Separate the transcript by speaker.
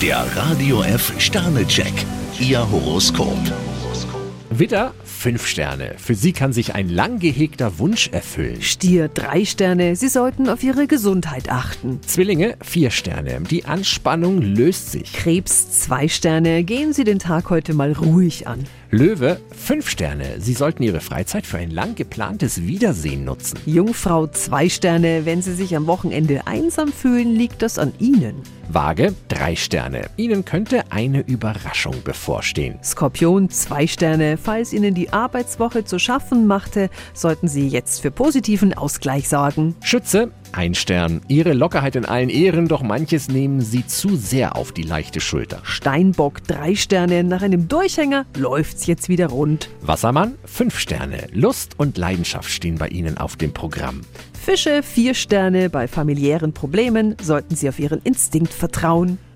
Speaker 1: Der Radio F Sternecheck, Ihr Horoskop.
Speaker 2: Widder, fünf Sterne. Für Sie kann sich ein lang gehegter Wunsch erfüllen.
Speaker 3: Stier, drei Sterne. Sie sollten auf Ihre Gesundheit achten.
Speaker 2: Zwillinge, vier Sterne. Die Anspannung löst sich.
Speaker 3: Krebs, zwei Sterne. Gehen Sie den Tag heute mal ruhig an.
Speaker 2: Löwe, fünf Sterne. Sie sollten Ihre Freizeit für ein lang geplantes Wiedersehen nutzen.
Speaker 3: Jungfrau, zwei Sterne. Wenn Sie sich am Wochenende einsam fühlen, liegt das an Ihnen.
Speaker 2: Waage, drei Sterne. Ihnen könnte eine Überraschung bevorstehen.
Speaker 3: Skorpion, zwei Sterne. Falls Ihnen die Arbeitswoche zu schaffen machte, sollten Sie jetzt für positiven Ausgleich sorgen.
Speaker 2: Schütze, ein Stern. Ihre Lockerheit in allen Ehren, doch manches nehmen Sie zu sehr auf die leichte Schulter.
Speaker 3: Steinbock, drei Sterne. Nach einem Durchhänger läuft's jetzt wieder rund.
Speaker 2: Wassermann, fünf Sterne. Lust und Leidenschaft stehen bei Ihnen auf dem Programm.
Speaker 3: Fische, vier Sterne. Bei familiären Problemen sollten Sie auf Ihren Instinkt vertrauen.